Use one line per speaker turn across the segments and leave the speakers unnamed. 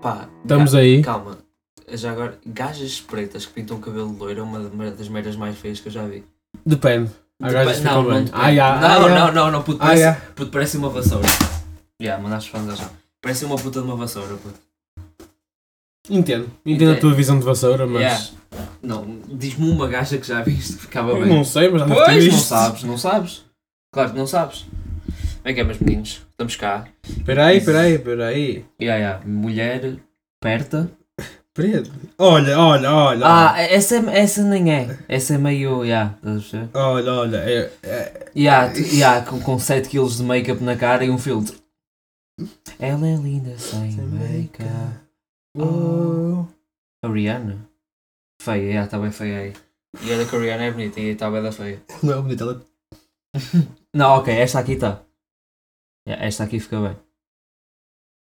Pá,
Estamos
ga-
aí.
Calma. Já agora, gajas pretas que pintam o cabelo loiro é uma da- uma das merdas mais feias que eu já vi.
Depende. Há gajas que
não,
ficam
não,
bem. Ah,
depende.
Ai, ai, ai,
não,
ai.
não, não, não, puto,
Ai,
parece,
ai.
puto, parece uma vassoura. Já, mandaste fãs já. Parece uma puta de uma vassoura, puto.
Entendo. Entendo
Entendo.
a tua visão de vassoura, mas.
Yeah. Não, diz-me uma gaja que já viste que ficava
Eu
bem.
Não sei, mas já deve ter
Pois, não
visto.
sabes, não sabes. Claro que não sabes. Como é que é, meus meninos? Estamos cá.
Peraí, peraí, peraí.
Yeah, yeah. Mulher perta.
Peraí. Olha, olha, olha.
Ah, essa, é- essa nem é. Essa é meio. Yeah, estás a perceber?
Olha, olha. É, é-
Yeah, t- yeah, com, com 7kg de make-up na cara e um filtro. Ela é linda sem make-up.
Oh.
A Rihanna? Feia, yeah, está bem feia aí. E era que a Rihanna é bonita e está bem da feia.
Não é bonita, ela
Não, ok, esta aqui está. esta aqui fica bem.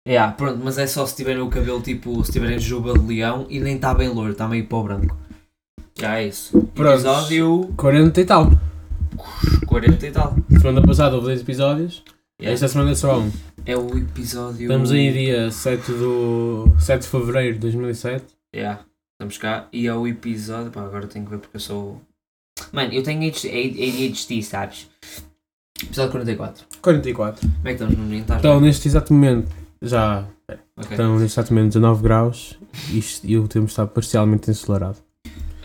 Yeah, pronto, mas é só se tiverem o cabelo tipo, se tiverem juba de leão e nem está bem loiro, está meio pó branco. Já é isso.
Pronto.
Episódio
40 e tal.
40 e tal.
Semana passada houve 10 episódios.
Yeah.
Esta semana é só um.
É o episódio.
Estamos aí dia 7 do. 7 de Fevereiro de 2007.
Yeah, estamos cá e é o episódio. Pá, agora tenho que ver porque eu sou. Mano, eu tenho ADHD, ADHD sabes? Episódio 44.
44.
Como é que estamos, menino? Estás
Então
bem?
neste exato momento já.
Ok.
Então neste exato momento 19 graus isto- e o tempo está parcialmente ensolarado.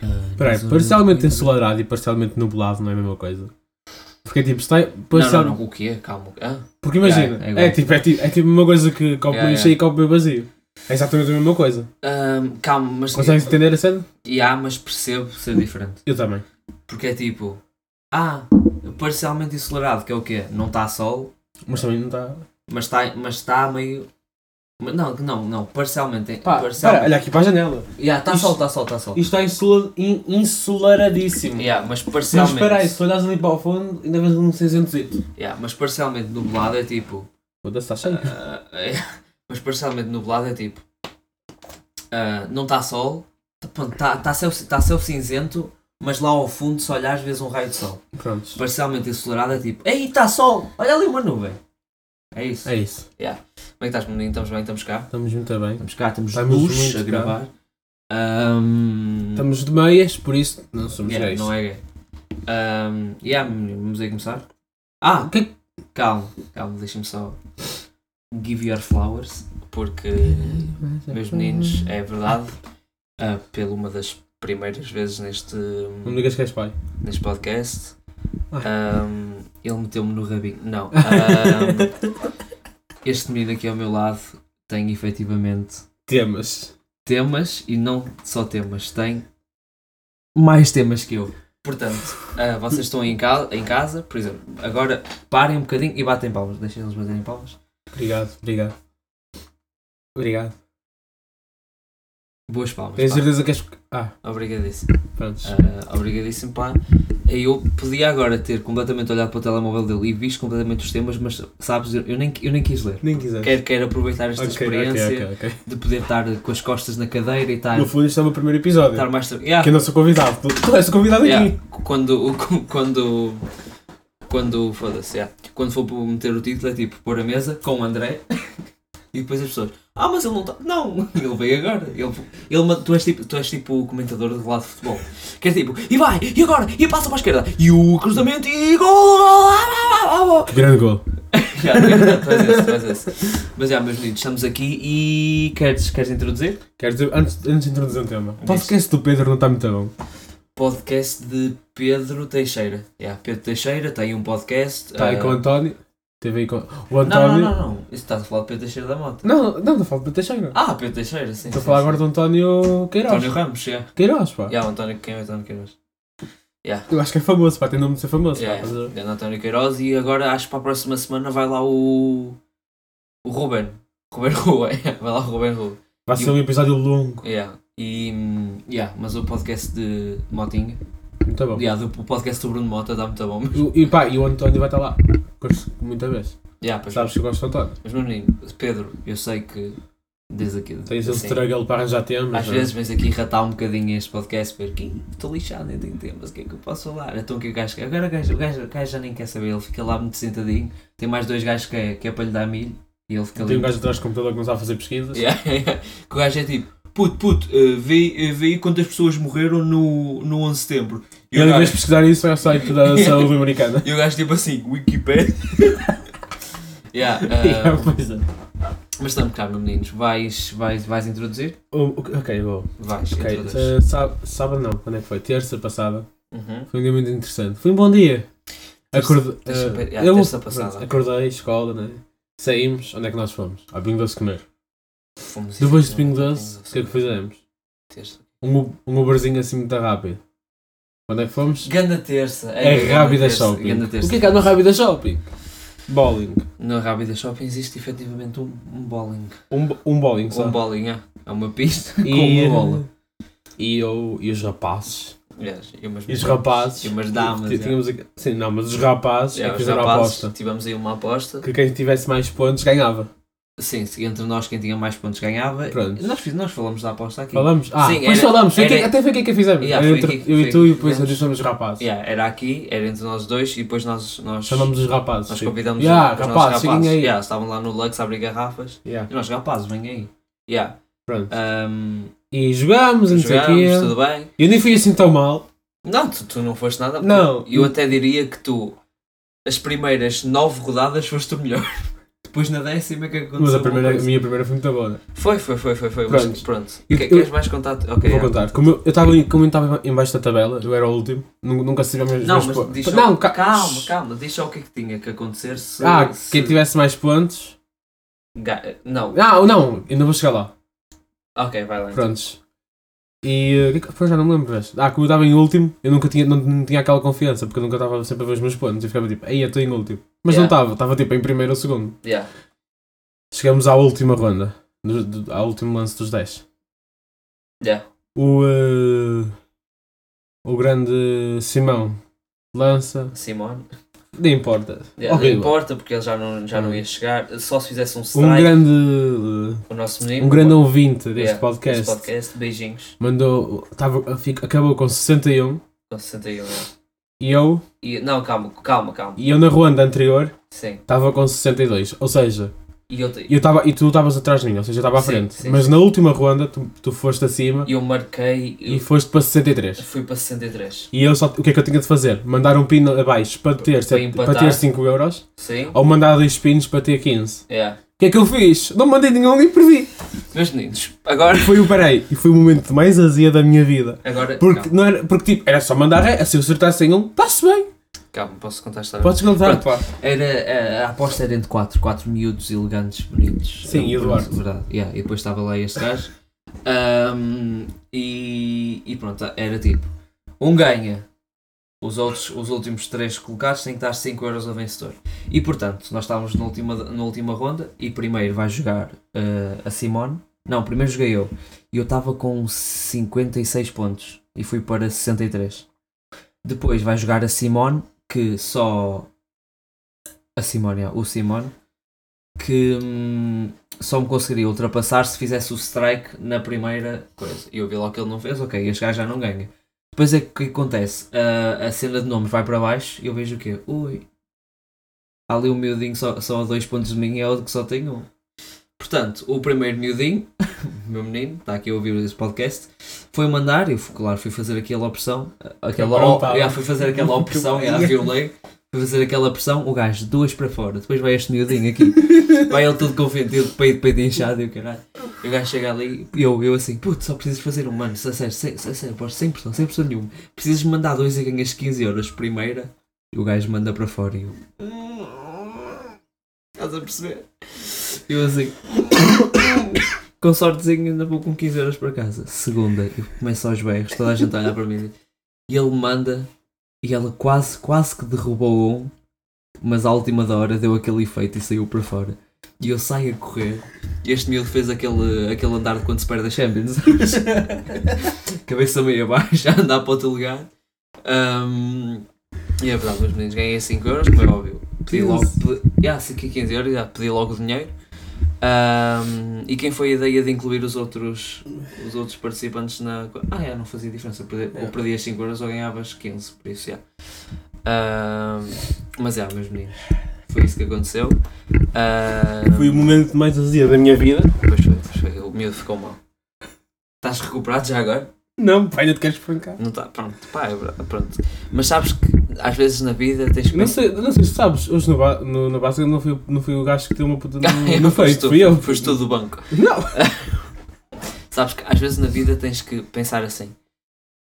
Ah,
Espera aí,
mas o-
parcialmente ensolarado e parcialmente nublado não é a mesma coisa. Porque tipo, está
Não,
parcial...
não, não, o quê? Calma. Ah,
Porque imagina,
Yeah, é
é,
igual.
tipo, é, tipo, é tipo uma coisa que copo
Yeah,
meio
yeah.
cheio e copo meio vazio. É exatamente a mesma coisa.
Ahm, Hum, calma, mas.
Consegues entender a cena?
Yeah, mas percebo ser diferente.
Eu também.
Porque é tipo. Ah, parcialmente ensolarado, que é o quê? Não está sol,
Mas também não
tá-
está.
mas está mas está meio. mas Não, não, não, parcialmente.
Pá, pera,
parcialmente.
olha aqui para a janela.
Yeah, está
isto-
sol, está sol, está sol.
Isto está insula- in- insolaradíssimo.
Yeah, mas
Mas
parcialmente.
espera aí, se olhares ali para o fundo, ainda vês um 600
Yeah, mas parcialmente nublado é tipo.
Foda-se, está cheio.
ah, é, mas parcialmente nublado é tipo. ah, não está sol, está tá céu, tá céu cinzento, mas lá ao fundo, se olhares, vês um raio de sol.
Prontos.
Parcialmente ensolarado é tipo. Ei, está sol! Olha ali uma nuvem! É isso.
É isso.
Como é que estás, menino? Estamos bem, estamos cá.
Estamos muito bem.
Estamos cá, estamos,
Estamos
nus
muito
a
cá.
gravar. Ahm,
Estamos de meias, por isso não somos
yeah,
gays.
não é gay. Ahm, yeah, menino, vamos aí começar. Ah,
O que é que-
Calma, calma, deixa-me só give your flowers, porque, meus meninos, é verdade, ah, pela uma das primeiras vezes neste,
Não me digas que és pai.
neste podcast,
Ai.
Ah, ahm, ele meteu-me no rabinho. Não, ahm, este menino aqui ao meu lado tem efetivamente
Temas.
temas, e não só temas, tem mais temas que eu. Portanto, ah, vocês estão em, ca- em casa, por exemplo, agora parem um bocadinho e batem palmas, deixem eles baterem palmas.
Obrigado, obrigado. Obrigado.
Boas palmas.
Tens
pá.
certeza que és. Ah,
Obrigadíssimo.
prontos.
Ah, obrigadíssimo, pá. Eu podia agora ter completamente olhado para o telemóvel dele e visto completamente os temas, mas sabes, eu nem, eu nem quis ler.
Nem quiseres.
Quero, quero aproveitar esta
Ok, ok,
experiência Tá.
ok, ok.
de poder estar com as costas na cadeira e estar,
No fundo, este é o meu primeiro episódio.
estar mais. tra- Yeah,
Que eu não sou convidado. Tu, tu és o convidado
Tá. yeah.
aqui.
Quando. Quando. Quando. Foda-se, yeah. Quando for meter o título é tipo pôr a mesa com o André e depois as pessoas. Ah, mas ele não está. Não! Ele veio agora. Ele, ele, ma- tu, és tipo, tu és tipo o comentador do lado de futebol. Que é tipo, e vai, e agora, e passa para a esquerda, e o cruzamento, e gol, gol, ah, ah, ah, ah, ah.
Grande gol.
Já, tu és esse, tu és esse. é Mas já, meus meninos, estamos aqui e queres, queres introduzir?
Quero dizer, antes, antes de introduzir um tema, o
Diz.
podcast do Pedro não está muito bom.
Podcast de Pedro Teixeira. Yeah, Pedro Teixeira tem um podcast.
Está Tá aí
ah,
com o António. Teve aí com. O
não, não,
António.
não, não, isso está a falar de Pedro Teixeira da Mota.
Não, não, não falo para Teixeira.
Ah, Pedro Teixeira, sim.
Estou a
sim,
falar
sim.
agora do António Queiroz. Ah.
António Ramos, já.
Queiroz, pá.
Já, o António, quem é o António Queiroz?
Eu acho que é famoso, pá, tem nome de ser famoso.
Yeah,
pá, estás a ver?
Grande António Queiroz e agora acho que para a próxima semana vai lá o. O Ruben. Ruben Rua, yeah, vai lá o Ruben Rua.
Vai ser um episódio longo.
Yeah. E. hum, Yeah, mas o podcast de Motinha.
Muito bom.
Yeah, do, o podcast do Bruno Mota está muito bom.
E, e pá, e o António vai estar lá. Gosto muita vez.
Yeah, pois,
Sabes que eu gosto do António.
mas meu menino, Pedro, eu sei que desde aqui.
Tens um
assim,
struggle para arranjar temas.
Às
não é?
vezes vens aqui ratar um bocadinho este podcast porque "Ih, estou lixado, nem tenho temas, o que é que eu posso falar? Então que o gajo. Agora o gajo, o gajo, o gajo já nem quer saber, ele fica lá muito sentadinho. Tem mais dois gajos que é, que é para lhe dar milho E ele fica
Tem um
ali.
gajo atrás do computador que não sabe fazer pesquisas.
Yeah, yeah. Que o gajo é tipo, puto, puto, eh, vê, eh, vê aí quantas pessoas morreram no, no 11 de setembro.
E ele, em vez de pesquisar isso, vai ao site da saúde americana.
E o gajo tipo assim, Wikipedia. yeah, ah,
Yeah, pois é.
Mas estamos cá, meninos. Vais, vais, vais introduzir?
O- o- Ok, vou.
Vais,
Ok,
introduz.
eh, sá- sábado não, quando é que foi? Terça passada.
Uhum.
Foi um dia muito interessante. Foi um bom dia.
Terça-
Acorde-
terça-
eh,
yeah,
eu-
terça passada.
pronto, Acordei, escola, né? Saímos. Onde é que nós fomos? Ao Bingo Doce comer.
Fomos
Depois de
efetivamente
Bingo
ao
Doce, o que é que fizemos?
Terça.
Um, u- um Uberzinho assim muito rápido. Onde é que fomos?
Ganda terça.
É
ganda
Rábida
terça,
Shopping.
Ganda terça.
O que é que há no Rábida Shopping? Bowling.
No Rábida Shopping existe efetivamente um, um bowling.
Um, bo- um bowling só.
Um bowling, é. É uma pista
E-
com uma bola.
E, eu, e os rapazes.
Yes, e, umas
E
mulheres,
os rapazes.
E umas damas.
T-
é.
Tínhamos aqui- Sim, não, mas os rapazes
É,
é que
os
fizeram a
rapazes,
aposta.
Tivemos aí uma aposta.
Que quem tivesse mais pontos ganhava.
Sim, se entre nós quem tinha mais pontos ganhava.
Pronto.
Nós, fiz- nós falamos da aposta aqui.
Falamos? Ah,
Sim,
depois
era-
falamos. Foi
era-
que- até foi o que é que fizemos.
Yeah,
Era
foi
entre
aqui que-
eu
foi
e tu,
aqui
e
que
depois
fizemos.
adicionamos os rapazes.
Yeah, era aqui, era entre nós dois e depois nós, nós,
Chamamos os rapazes.
nós
sim.
convidamos
Yeah,
os
rapazes,
nossos
cheguem
rapazes.
aí.
Yeah, estavam lá no Lux a abrir garrafas.
Yeah,
E nós, rapazes, venham aí. Yeah.
Pronto.
ahm,
E jogámos, e não sei o
jogámos,
quê.
tudo bem.
Eu nem fui assim tão mal.
Não, tu, tu não foste nada.
Não.
Eu até diria que tu, as primeiras nove rodadas, foste o melhor. Depois na décima, é que aconteceu?
Mas a,
uma
primeira, a
coisa.
minha primeira foi muito boa. né?
Foi, foi, foi, foi. foi. Mas
Pronto.
pronto.
Eu-
Que-
eu-
Queres mais contato? Ok.
Vou
yeah.
contar. Como eu estava como eu estava em baixo da tabela, eu era o último, nu- nunca sabia mais
Não,
mais
mas
pontos.
diz só-
Não, ca-
Calma, calma. Diz só o que é que tinha que acontecer se.
Ah,
se-
quem tivesse mais pontos.
ga- Não.
Ah, não, ainda vou chegar lá.
Ok, vai lá. então.
Prontos. E. uh, que é que foi? já não me lembro. vês? Ah, como eu estava em último, eu nunca tinha, não, não tinha aquela confiança, porque eu nunca estava sempre a ver os meus pontos. Eu ficava tipo, ei, eu estou em último. Mas não
Yeah.
estava, estava tipo em primeiro ou segundo.
Yeah.
Chegamos à última ronda, do, do- ao último lance dos 10.
Yeah.
O. uh, o grande Simão lança.
Simone.
Nem importa.
Yeah,
Horrível. Hum.
Não importa porque ele já não, já não ia chegar. Só se fizesse um
Um
strike,
grande, uh,
o nosso menino.
um grande ouvinte deste
Yeah,
podcast,
deste podcast. Beijinhos.
mandou, tava, fica- acabou com 61
Com 61.
e eu,
E, não, calma, calma, calma.
e eu na ronda anterior
Sim.
estava com 62, ou seja,
E eu, te-
eu tava, e tu estavas atrás de mim, ou seja, eu estava à
Sim,
frente,
sim,
mas
sim.
na última ronda tu, tu foste acima
eu marquei.
e,
Eu
foste para 63.
fui para 63.
E eu só, o que é que eu tinha de fazer? Mandar um pino abaixo para ter,
Para
sete-
empatar.
para ter 5 euros
Sim.
ou mandar dois pinos para ter 15. O
Yeah.
que é que eu fiz? Não mandei nenhum e perdi.
Meus meninos, agora.
Foi o parei e foi o momento mais azia da minha vida.
agora
Porque, não era, porque tipo, era só mandar ré, se eu acertasse em um, está-se bem.
Calma, calma, posso contar a história?
Podes contar.
Pronto. Era, a, a aposta era entre quatro, quatro miúdos elegantes, bonitos.
Sim, e o
Pronto,
Duarte.
Verdade. Yeah, e depois estava lá este gajo. Ahm, e, e pronto, era tipo: um ganha, os, outros, os últimos três colocados têm que dar 5 euros ao vencedor. E portanto, nós estávamos na última, na última ronda e primeiro vai jogar ah, a Simone. Não, primeiro joguei eu. E eu estava com 56 pontos e fui para 63. Depois vai jogar a Simone, que só. A Simone, ah, o Simone, que hum, só me conseguiria ultrapassar se fizesse o strike na primeira coisa. E eu vi logo que ele não fez, ok, este gajo já não ganha. Depois é que o que acontece? A, a cena de nomes vai para baixo e eu vejo o quê? Ui, há ali um miudinho só, só a dois pontos de mim e é outro que só tem um. Portanto, o primeiro miudinho, o meu menino, está aqui a ouvir esse podcast, foi mandar, eu fui- claro, fui fazer aquela opção, aquela,
Aprontava.
já, fui fazer aquela opção, já, violei, fui fazer aquela pressão, o gajo duas para fora, depois vai este miudinho aqui, vai ele todo confiante, eu de peito, peito inchado e o caralho. E o gajo chega ali e eu, eu assim, puto, só precisas fazer um mano, a sério, sem- a sério, podes 100%, 100% nenhum. Precisas mandar dois e ganhas 15 euros primeira. E o gajo manda para fora e eu. Estás a perceber? Eu assim. com sortezinho ainda vou com 15 euros para casa. Segunda, eu começo aos berros, toda a gente a olhar para mim. E ele manda e ela quase, quase que derrubou um, mas à última da hora deu aquele efeito e saiu para fora. E eu saio a correr. E este miúdo fez aquele, aquele andar de quando se perde a Champions. Cabeça meio abaixo, a andar para outro lugar. Ahm, e é verdade, meus meninos, ganhei 5 euros, como é óbvio. Pedi logo, pedi, yeah, 5 e 15 euros, já, pedi logo o dinheiro. Ahm, e quem foi a ideia de incluir os outros, os outros participantes na. co- Ah, é, não fazia diferença. Perdi, Ou
É.
perdias 5 euros ou ganhavas 15, por isso, já. Ahm, mas é, meus meninos. Foi isso que aconteceu. Ah,
Foi o momento mais azia da minha vida.
Pois foi, pois foi. O miúdo ficou mal. Estás recuperado já agora?
Não, pai, não te queres francar.
Não está? Pronto, pá, é verdade, pronto. Mas sabes que às vezes na vida tens que.
Não sei, não sei se sabes, hoje no, ba no, na Basca não fui, não fui o gajo que deu uma puta no,
Eu
no
foste
peito,
tu,
fui eu.
Foste tu do banco.
Não!
Sabes que às vezes na vida tens que pensar assim.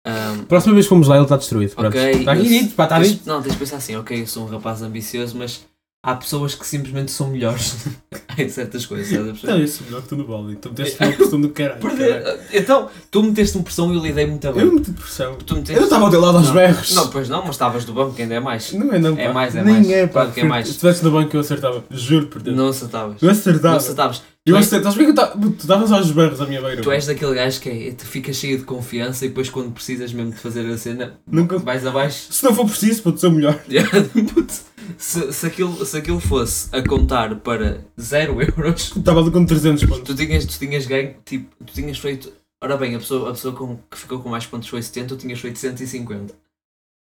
ahm,
Próxima vez que fomos lá ele está destruído. pronto.
Ok,
Está aqui
eu-
dito, pá, está
tens-
dito.
não, tens de pensar assim, ok, eu sou um rapaz ambicioso, mas há pessoas que simplesmente são melhores em certas coisas, estás a perceber?
Não, Então, eu sou melhor que tu no então balde, tu meteste uma pressão do caralho.
Perder.
caralho.
Então, tu meteste-me pressão e eu lidei muito
Eu
bem.
meti pressão.
Tu meteste-
Eu não estava ao teu lado aos
Não.
berros.
Não, pois não, mas estavas do banco, ainda é mais.
Não é não, pá.
É mais, é
Nem
mais.
é, pá.
Claro que é
Se-
mais.
Se estivesse no banco eu acertava. Juro por Deus.
Não acertavas.
Eu
Não
acertava.
acertavas.
Eu
Tu és-
acertava. Sabes porquê que eu estava? Tu davas aos berros à minha beira.
Tu
pá.
és daquele gajo que é, tu fica cheio de confiança e depois quando precisas mesmo de fazer a cena,
Nunca-
vais abaixo.
Se não for preciso, pode ser o melhor.
Putz, se, se, aquilo, se aquilo fosse a contar para 0 euros,
Estava ali com 300 pontos.
tu tinhas, tu tinhas ganho, tipo, tu tinhas feito. Ora bem, a pessoa, a pessoa com, que ficou com mais pontos foi 70, tu tinhas feito 150.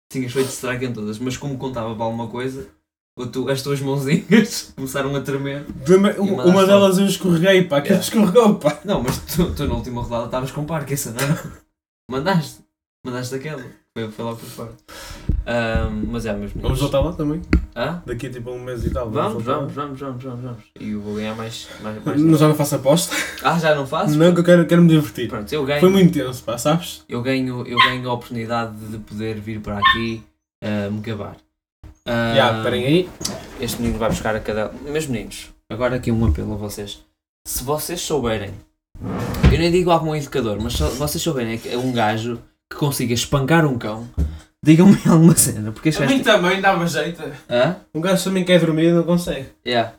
Tinhas feito strike em todas, mas como contava para alguma coisa, ou tu, as tuas mãozinhas começaram a tremer.
Dema-
mandaste
Uma
lá.
delas eu escorreguei, pá. Que
Yeah.
escorregou, pá.
Não, mas tu, tu na última rodada estavas com parque, essa não era? Mandaste. Mandaste aquela. Foi, foi logo por fora. Ahm, mas é mesmo.
Vamos voltar lá também.
Ah?
Daqui a tipo um mês e tal.
Vamos,
voltar
vamos, vamos, vamos, vamos, vamos. E eu vou ganhar mais. mais,
lá.
mais
Não, já não faço aposta.
Ah, já não faço?
Não, que eu quero, quero me divertir.
Pronto, eu ganho.
Foi muito intenso, pá, sabes?
Eu ganho, eu ganho a oportunidade de poder vir para aqui ah, me gabar. Ah,
Já, esperem aí.
Este menino vai buscar a cadela. Meus meninos, agora aqui um apelo a vocês. Se vocês souberem, eu nem digo algum educador, mas se vocês souberem que é um gajo que consiga espancar um cão, digam-me alguma cena, porque este gajo.
também dava jeito.
Hã?
Um gajo também quer dormir e não consegue.
Yeah.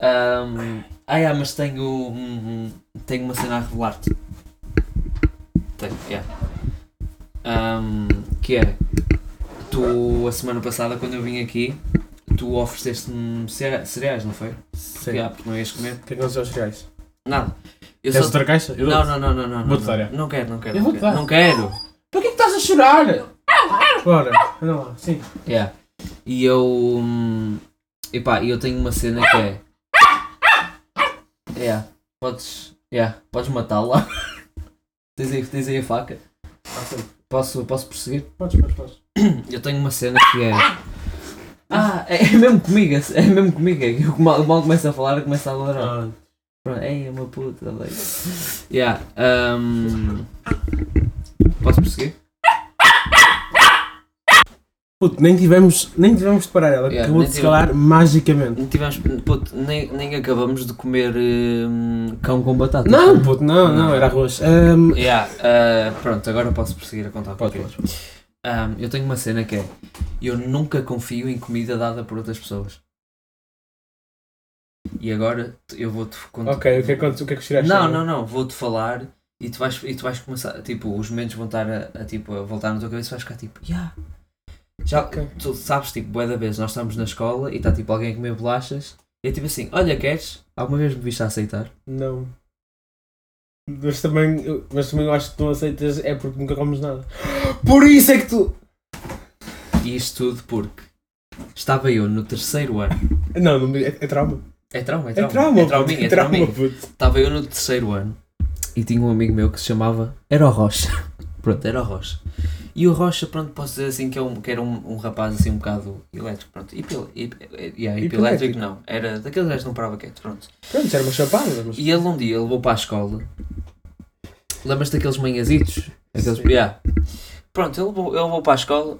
Ahm, ah, yeah, mas tenho. hum, tenho uma cena a revelar-te. Tenho, yeah. Ahm, que é. Tu, a semana passada, quando eu vim aqui, tu ofereceste-me cere- cereais, não foi?
Sim.
Yeah, porque não ias comer.
O que é que aconteceu aos reais?
Nada. Eu
Queres
só...
outra caixa? Eu
Não,
dou-te.
não, não, não, não.
Vou-te
não,
dar, é.
não, não quero, não quero.
Eu
não
vou-te
quero.
dar.
Não quero.
Porquê que estás a chorar? Bora, anda lá, sim.
Yeah. E eu. hum, Epá, eu tenho uma cena que é. Yeah. Podes. Yeah. Podes matá-la. tens, aí, tens aí a faca. Posso, posso prosseguir?
Podes, podes, podes.
Eu tenho uma cena que é. Ah, é, é mesmo comigo, é mesmo comigo. é que Eu mal, mal começo a falar, eu começo a ladrar.
Pronto.
Pronto, Ei, é uma puta. like. Yeah. hum, Posso prosseguir?
Puto, nem tivemos, nem tivemos de parar ela,
Yeah,
acabou
nem
de se calar magicamente.
Não tivemos, puto, nem, nem acabamos de comer hum, cão com batata.
Não, puto, não, não, era arroz. Ahm,
Yeah, ah, pronto, agora posso prosseguir a contar
Pode,
porquê. Ah, eu tenho uma cena que é: eu nunca confio em comida dada por outras pessoas. E agora t- eu vou-te contar.
ok, o que é que aconteceu? O que é que tiraste?
Não, não, não, vou-te falar e tu, vais, e tu vais começar. Tipo, os momentos vão estar a, a, tipo, a voltar na tua cabeça e vais ficar tipo, yeah. Já,
Ok.
tu sabes, tipo, boa da vez, nós estamos na escola e está tipo alguém a comer bolachas e é tipo assim: olha, queres? Alguma vez me viste a aceitar?
Não. Mas também, eu- mas também eu acho que tu não aceitas é porque nunca comes nada. Por isso é que tu.
E isto tudo porque estava eu no terceiro ano.
Não, não é, é trauma.
É trauma, é
É
trauma.
trauma,
é
puto,
trauminha,
é
é trauminha.
trauma, puto.
Estava eu no terceiro ano e tinha um amigo meu que se chamava Era o Rocha. Pronto, era o Rocha. E o Rocha, pronto, posso dizer assim que, é um, que era um, um rapaz assim um bocado elétrico, pronto. Hipil, hip, eh, yeah,
Hipelétrico.
hipelétrico não, era daquele gajo que não parava quieto, pronto.
Pronto, já era uma chapada, mas.
E ele um dia levou para a escola, lembras-te daqueles manhãzitos? Aqueles,
Sim.
yeah. Pronto, ele levou, ele levou para a escola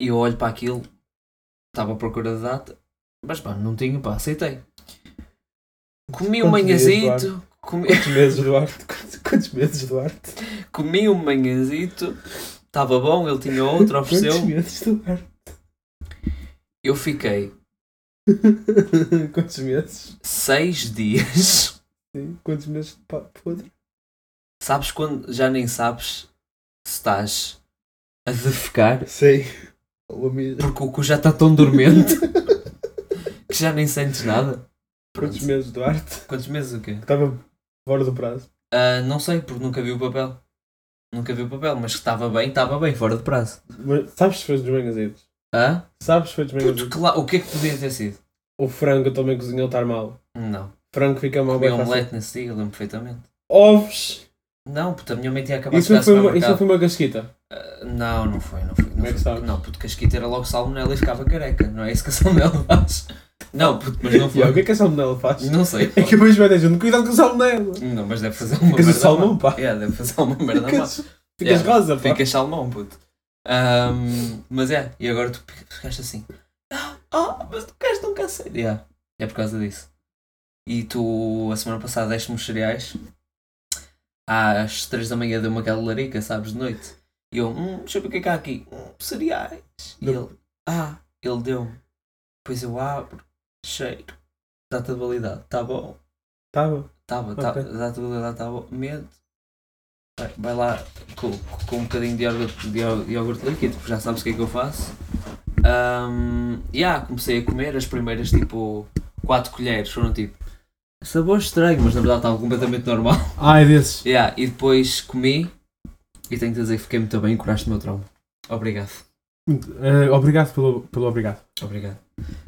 e eu olho para aquilo, estava à procura de data, mas pá, não tinha, pá, aceitei. Comi um
Quantos dias,
manhãzito, comi...
Quantos meses, Duarte? Quantos, quantos meses, Duarte?
comi um manhãzito, estava bom, ele tinha outro,
Quantos
ofereceu.
meses, Duarte?
Eu fiquei
quantos meses?
seis dias.
Sim, quantos meses de pa- podre?
Sabes quando já nem sabes se estás a defecar,
Sei. Lamida.
porque o cu já está tão dormente que já nem sentes nada.
Quantos
Pronto.
meses, Duarte?
Quantos meses o quê?
Estava fora do prazo.
Ah, não sei, porque nunca vi o papel. Nunca vi o papel, mas que estava bem, estava bem, fora de prazo.
Mas sabes se foi dos mangazitos?
Hã?
Sabes se foi dos
Puto,
mangazitos?
cla- o que é que podia ter sido?
o frango eu também cozinhei estar mal.
Não.
Frango fica mal
Comi
bem
um
é fácil.
omelete nesse dia, eu lembro perfeitamente.
Ovos!
Não, puta, a minha mãe tinha acabado
Isso não,
de chegar
foi
ao
uma, isso não
supermercado.
foi uma casquita.
Ah, Não, não foi, não foi. Não,
Como é que
foi.
sabes?
não puto, casquita era logo salmonela e ficava careca. Não é isso que a salmonela faz. Não, puto, mas não foi.
Yeah, o que é que a salmonela faz?
Não sei.
É que eu vejo bem junto, cuidado com a salmonela!
Não, mas deve fazer uma
Ficas o
merda.
salmão,
má.
pá.
Yeah, deve fazer uma merda má.
Ficas, ficas
Yeah,
rosa, pá.
Fica salmão, puto. Ahm, mas é, e agora tu ficaste assim. Ah, ah, mas tu queres um canseiro. Yeah, é por causa disso. E tu, a semana passada, deste-me os cereais. Às 3 da manhã deu-me aquela larica, sabes, de noite. E eu, hum, deixa eu ver o que é que há aqui. Hum, cereais. E
Deu-
ele, ah, ele deu-me. Depois eu abro, cheiro. Data de validade, tá bom.
Tá bom.
Estava, estava,
Ok.
estava, estava, medo. Vai, vai lá com, com um bocadinho de iogurte, de iog- de iogurte líquido, porque já sabes o que é que eu faço. Ahm, e ah, comecei a comer as primeiras tipo 4 colheres, foram tipo sabor estranho, mas na verdade estava completamente normal.
Ah, é desses.
Yeah, e depois comi e tenho que dizer que fiquei muito bem e curaste o meu trauma. Obrigado,
Eh, obrigado pelo, pelo obrigado.
obrigado.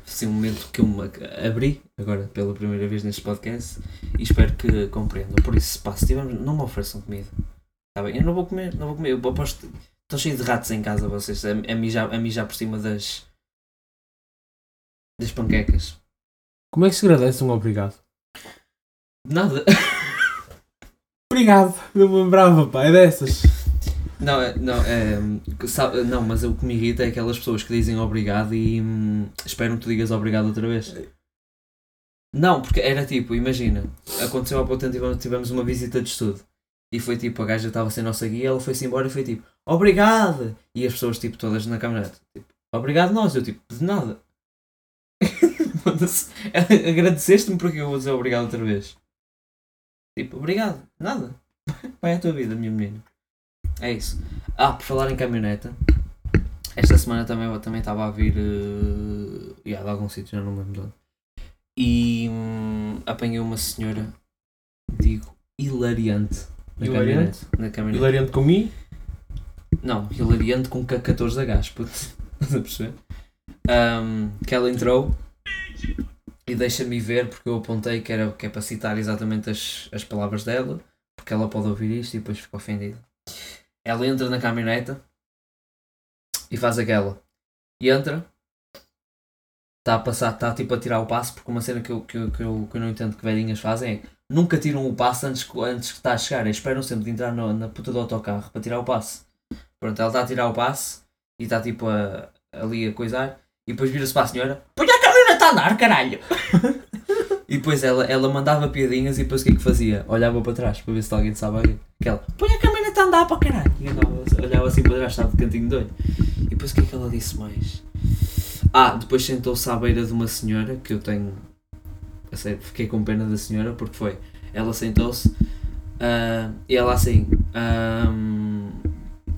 Foi um momento que eu me ac- abri agora pela primeira vez neste podcast e espero que compreendam. Por isso, pá, se tivermos, não me ofereçam comida. Tá bem? Eu não vou comer, não vou comer. Eu aposto. Estão cheios de ratos em casa vocês, a, a, mijar, a mijar por cima das. das panquecas.
Como é que se agradece um obrigado?
Nada.
Obrigado, não me lembrava, pá, é dessas.
Não, é- não, é, que sabe- não, mas o que me irrita é aquelas pessoas que dizem obrigado e hum, esperam que tu digas obrigado outra vez. Não, porque era tipo, imagina, aconteceu há pouco tempo, tivemos- tivemos uma visita de estudo e foi tipo, a gaja estava sem nossa guia, ela foi-se embora e foi tipo, obrigado! E as pessoas tipo, todas na caminhonete, tipo, obrigado nós, eu tipo, de nada. Foda-se. Agradeceste-me porque eu vou dizer obrigado outra vez. Tipo, obrigado, nada. Vai à tua vida, minha menina. É isso. Ah, por falar em caminhoneta, esta semana também eu também estava a vir eh, yeah, de algum sítio, já não me lembro de onde. E hum, apanhei uma senhora, digo, hilariante. Na
Hilariante?
caminhonete. Na caminhonete.
Hilariante com mim?
Não, hilariante com K14Hs, puto. Estás a perceber? Ahm, que ela entrou e deixa-me ver, porque eu apontei que, era, que é para citar exatamente as, as palavras dela, porque ela pode ouvir isto e depois fica ofendida. Ela entra na caminhoneta e faz aquela. E entra, está a passar, está tipo a tirar o passo, porque uma cena que eu, que eu, que eu, que eu não entendo que velhinhas fazem é nunca tiram o passo antes, que- antes que está a chegar, eles esperam sempre de entrar na, na puta do autocarro para tirar o passo. Pronto, ela está a tirar o passe e está tipo a- ali a coisar e depois vira-se para a senhora Pois a caminhonete a andar, caralho! e depois ela, ela mandava piadinhas e depois o que é que fazia? Olhava para trás para ver se alguém estava ali. Aquela, põe a caminhonete a andar para caralho! E andava, olhava assim para trás, estava de cantinho de olho. E depois o que é que ela disse mais? Ah, depois sentou-se à beira de uma senhora que eu tenho. A sério, fiquei com pena da senhora porque foi. Ela sentou-se ah, e ela assim. ah,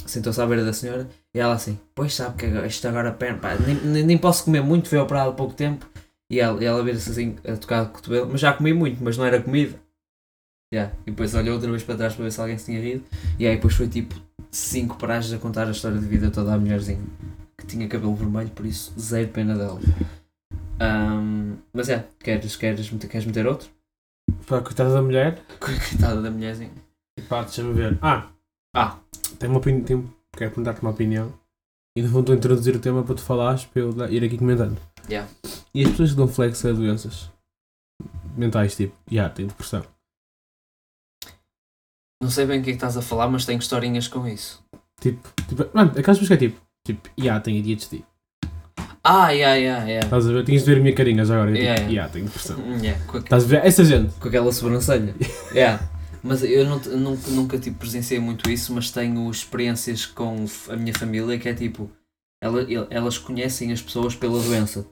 sentou-se à beira da senhora e ela assim, pois sabe que agora- isto agora perna, pá, nem, nem, nem posso comer muito, foi operado há pouco tempo. E ela, e ela vira-se assim a tocar o cotovelo, mas já comi muito, mas não era comida. Yeah. E depois olhou outra vez para trás para ver se alguém se tinha rido. E aí depois foi tipo 5 paragens a contar a história de vida toda à mulherzinha, que tinha cabelo vermelho, por isso zero pena dela. Ahm, mas é, queres, queres, meter- queres meter outro?
Pá, coitada da mulher.
Coitada da mulherzinha.
E pá, deixa-me ver. Ah!
Ah.
Tenho uma opinião, tenho... quero perguntar-te uma opinião. E no fundo estou a introduzir o tema para tu falares, para eu da- ir aqui comentando.
Yeah.
E as pessoas que dão flex a doenças mentais, tipo, já, tenho depressão.
Não sei bem o que é que estás a falar, mas tenho historinhas com isso.
Tipo, mano, aquelas pessoas que é tipo, tipo, já, tenho ADHD.
Ah, yeah, yeah, yeah.
Estás a ver? Tinhas de ver a minha carinha já agora. Eu, tipo,
Yeah,
já,
yeah.
tenho depressão.
Hum, yeah, com, aque-
Estás a ver? Essa gente.
com aquela sobrancelha. yeah. Mas eu não, te- nunca, nunca tipo, presenciei muito isso, mas tenho experiências com f- a minha família que é tipo, ela- el- elas conhecem as pessoas pela doença.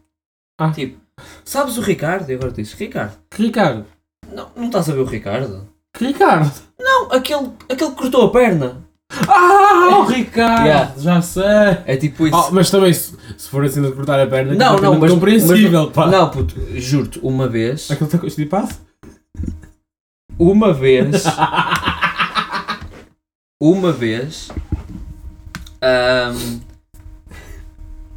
Ah.
Tipo, sabes o Ricardo? E agora dizes, Ricardo,
Que Ricardo?
não, não estás a ver o Ricardo?
Que Ricardo?
Não, aquele, aquele que cortou a perna.
Ah, o Ricardo!
Yeah.
Já sei!
É tipo isso.
Oh, mas também, se, se for assim de cortar a perna,
Não,
é
não, mas-
compreensível, pá.
Não, puto, juro-te, uma vez,
Aquilo está constipado?
uma vez, uma vez ahm,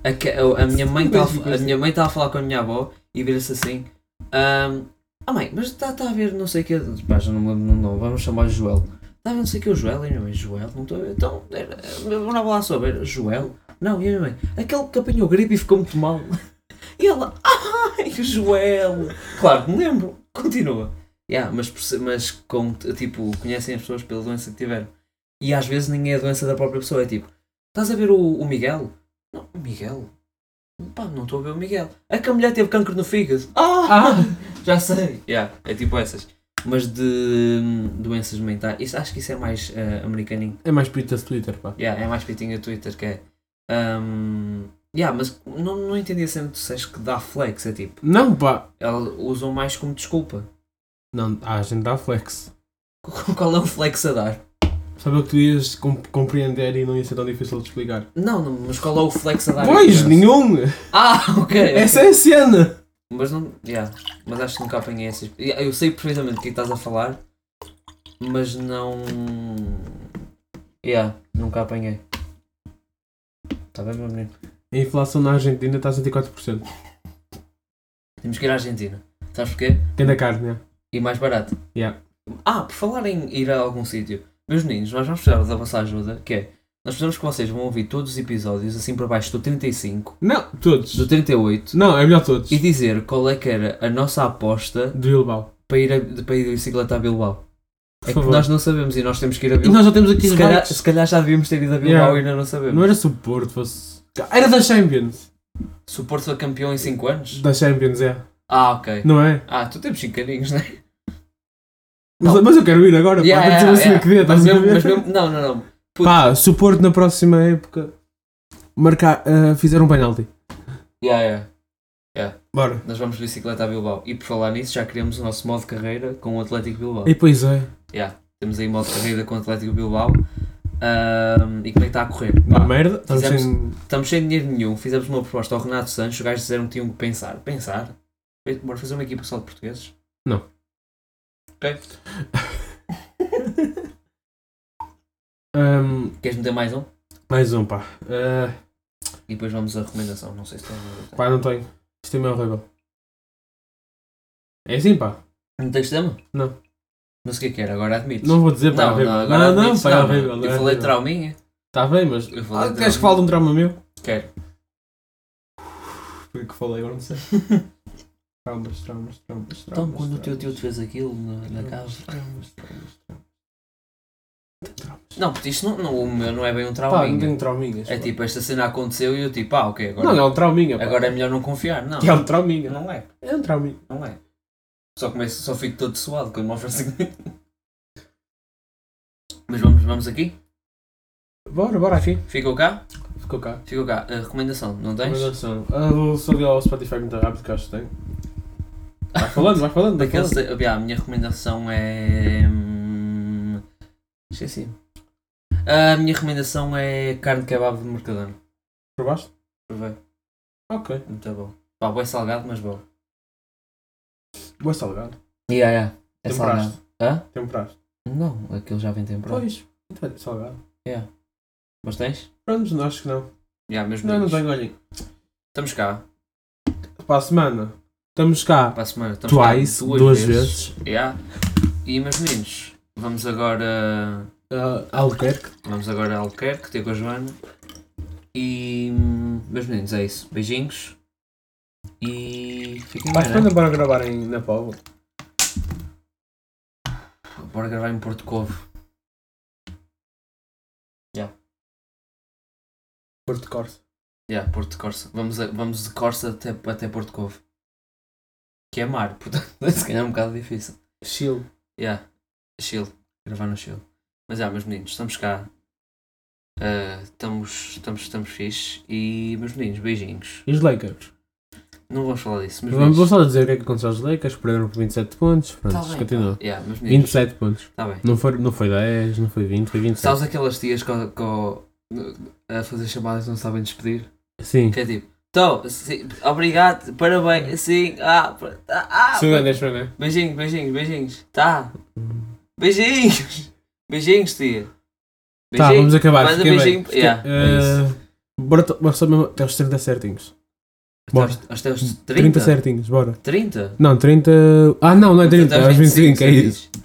a, que- a minha mãe
Não vejo
estava a
coisa.
minha mãe estava a falar com a minha avó e vira-se assim. ahm, ah mãe, mas está tá a ver não sei o que. Pá, já não me lembro o nome, vamos chamar Joel. Está a ver não sei o que o Joel e a minha mãe, Joel, não estou a ver. Então, era, vamos lá sobre. Era Joel? Não, e a minha mãe, aquele que apanhou gripe e ficou muito mal. E ela, ai, Joel! Claro que me lembro, continua. Yeah, mas, perce- mas como, tipo, conhecem as pessoas pela doença que tiveram. E às vezes nem é a doença da própria pessoa, é tipo, estás a ver o, o Miguel? Não, o Miguel? Pá, não estou a ver o Miguel. É que a mulher teve cancro no fígado. Ah! Já sei! Yeah, é tipo essas. Mas de hum, doenças mentais, isso, acho que isso é mais eh, americaninho.
É mais Twitter Twitter, pá.
Yeah, é mais pitinho a Twitter que é. hum, yeah, mas não, não entendi assim a cena que tu disseste que dá flex, é tipo.
Não, pá.
Elas usam mais como desculpa.
Não, ah, a gente dá flex.
Qual é o flex a dar?
Sabia que tu ias com- compreender e não ia ser tão difícil de explicar.
Não, não, mas qual é o flex a dar?
Pois, nenhum!
Ah, ok.
Essa é a cena!
Mas não. Yeah, mas acho que nunca apanhei essas. Yeah, eu sei perfeitamente o que é que estás a falar, mas não. Yeah, nunca apanhei. Está bem, meu menino?
A inflação na Argentina está a 104%.
Temos que ir à Argentina. Sabes porquê?
Quem da carne, né?
E mais barato.
Yeah.
Ah, por falar em ir a algum sítio, meus meninos, nós vamos precisar da vossa ajuda, que é. Nós precisamos que vocês vão ouvir todos os episódios, assim para baixo do 35,
Não, todos.
do 38,
Não, é melhor todos.
e dizer qual é que era a nossa aposta
De Bilbao.
para ir, a, para ir de bicicleta a Bilbao. É
Por
que
favor.
nós não sabemos e nós temos que ir a
E
Bilbao.
nós já temos aqui
se,
os
calhar,
votos.
se calhar já devíamos ter ido a Bilbao
Yeah.
e ainda não sabemos.
Não era se o Porto fosse. Era da Champions.
Se o Porto foi campeão em 5 anos?
Da Champions, é.
Ah, ok.
Não é?
Ah, tu temos 5 aninhos, né?
Mas,
Não.
mas eu quero ir agora, pá.
Yeah,
Para dizer
yeah,
assim
yeah.
que dia,
Mas
estás a
mesmo,
ver?
mas mesmo- não, não, não. puto.
Pá, se o Porto na próxima época marcar, ah, fizer um penalti.
Yeah, yeah.
Bora.
Nós vamos de bicicleta a Bilbao. E por falar nisso, já criamos o nosso modo de carreira com o Atlético Bilbao.
E pois é.
Temos aí modo de carreira com o Atlético Bilbao. Ahm, e como é que está a correr? Pá,
Uma merda. Estamos
fizemos-
sem.
estamos sem dinheiro nenhum. Fizemos uma proposta ao Renato Santos. Os gajos disseram que tinham que pensar. Pensar? Bora fazer uma equipa só de portugueses?
Não.
Ok.
Ahm,
Queres meter mais um?
mais um, pá. Ah,
E depois vamos à recomendação. Não sei se um. tem alguma
pá, não tenho. Isto é meio horrível. É assim, pá.
Não tens tema?
Não.
Não sei o que é que era, agora admites.
Não vou dizer, pá. é
não,
horrível.
não, agora
não,
admites,
pá, é horrível.
Eu falei de trauminha.
Está bem, mas.
Eu falei
Ah,
de
queres que fale de
trauma.
um trauma meu?
Quero.
Foi o que falei, agora não sei. Traumas, traumas, traumas, traumas.
Então, quando o teu tio
traumas,
te fez aquilo na, na
traumas,
casa.
traumas, traumas, traumas. Tenho traumas.
Não, porque isto não, não, o meu não é bem um
Pá, não
trauminha.
tenho trauminhas.
é
pá.
tipo, esta cena aconteceu e eu tipo, ah, ok, agora,
Não, é um trauminha. pá.
agora é melhor não confiar. Não,
Que é um trauminha.
não é,
É um trauminha.
não é. Só, começo, só fico todo suado quando assim. me oferecem. Mas vamos, vamos aqui?
Bora, bora aqui.
Ficou cá?
Ficou cá.
Ficou cá. A recomendação, não tens?
Recomendação. Ah, vou só ligar ao Spotify muito rápido que acho que tem. Vai falando, vai falando. vai
Daqueles.
falando.
de- ah, a minha recomendação é. hum, Esqueci. A minha recomendação é carne de kebab de Mercadona.
Provaste?
Provei.
Ok.
Muito bom. Pá, bem salgado, mas bom.
Boa salgado. um
Yeah, yeah. É salgado.
Temperaste.
Hã? um
Temperaste.
Não, aquele já vem temperado.
um Pois. Então, é salgado.
Mas tens?
Pronto, não, acho que não.
Yeah, mesmo
Não, não tenho, olhem.
Estamos cá.
Para a semana. Estamos cá.
Para a Ah, semana. Estamos cá
Twice, duas vezes.
Yeah. E meus meninos, vamos agora.
Ah, Albuquerque.
Vamos agora a Albuquerque, ter com a Joana. E. Meus meninos, é isso. Beijinhos. E. Fiquem
Pá,
bem, né?
quando é bora gravar em, na Póvoa?
Bora gravar em Porto Covo.
Porto Corso.
Yeah, Porto de Corsa. Vamos, a- vamos de Corsa até, até Porto Covo. Que é mar, portanto, se calhar é um bocado difícil.
Chile.
Yeah. Chile. Gravar no Chile. Mas já, meus meninos, estamos cá. Ah, estamos, estamos, estamos fixe. E, meus meninos, beijinhos.
E os Lakers?
Não vamos falar disso. Meus
Vamos, vou
meninos,
só dizer o que é que aconteceu aos Lakers. Perderam por 27 pontos. Pronto,
Tá bem,
continua.
pá. Yeah, meus meninos,
27 pontos.
tá bem.
Não foi, não foi 10, não foi 20, foi 27.
Sabes aquelas tias co, co- a fazer chamadas e não sabem despedir?
Sim.
Que é tipo, então, sim, obrigado, parabéns, sim, ah, pra- ah, ah
Suganas, não é?
beijinhos, beijinhos, beijinhos, tá, beijinhos, beijinhos, tia.
Tá, vamos acabar. Eh,
Manda
fiquem bem.
beijinho. Yeah, é isso.
Eh, Bora to- bora só mesmo até os 30 certinhos. Bora.
Até aos- Até aos
30
30?
certinhos, bora.
30?
Não, 30. Ah, não, não é 30, é aos 25, é isso.